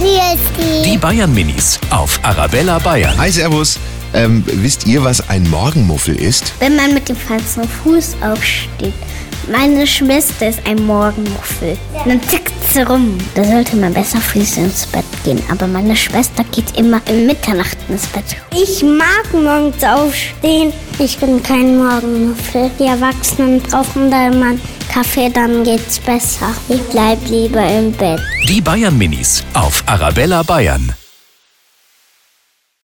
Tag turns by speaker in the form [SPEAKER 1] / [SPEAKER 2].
[SPEAKER 1] Wie ist
[SPEAKER 2] Die Bayern Minis auf Arabella Bayern.
[SPEAKER 3] Hi, Servus. Ähm, wisst ihr, was ein Morgenmuffel ist?
[SPEAKER 1] Wenn man mit dem falschen Fuß aufsteht. Meine Schwester ist ein Morgenmuffel. Dann tickt sie rum. Da sollte man besser früh ins Bett gehen. Aber meine Schwester geht immer um Mitternacht ins Bett. Ich mag morgens aufstehen. Ich bin kein Morgenmuffel. Die Erwachsenen brauchen da immer einen Kaffee, dann geht's besser. Ich bleib lieber im Bett.
[SPEAKER 2] Die Bayern Minis auf Arabella Bayern.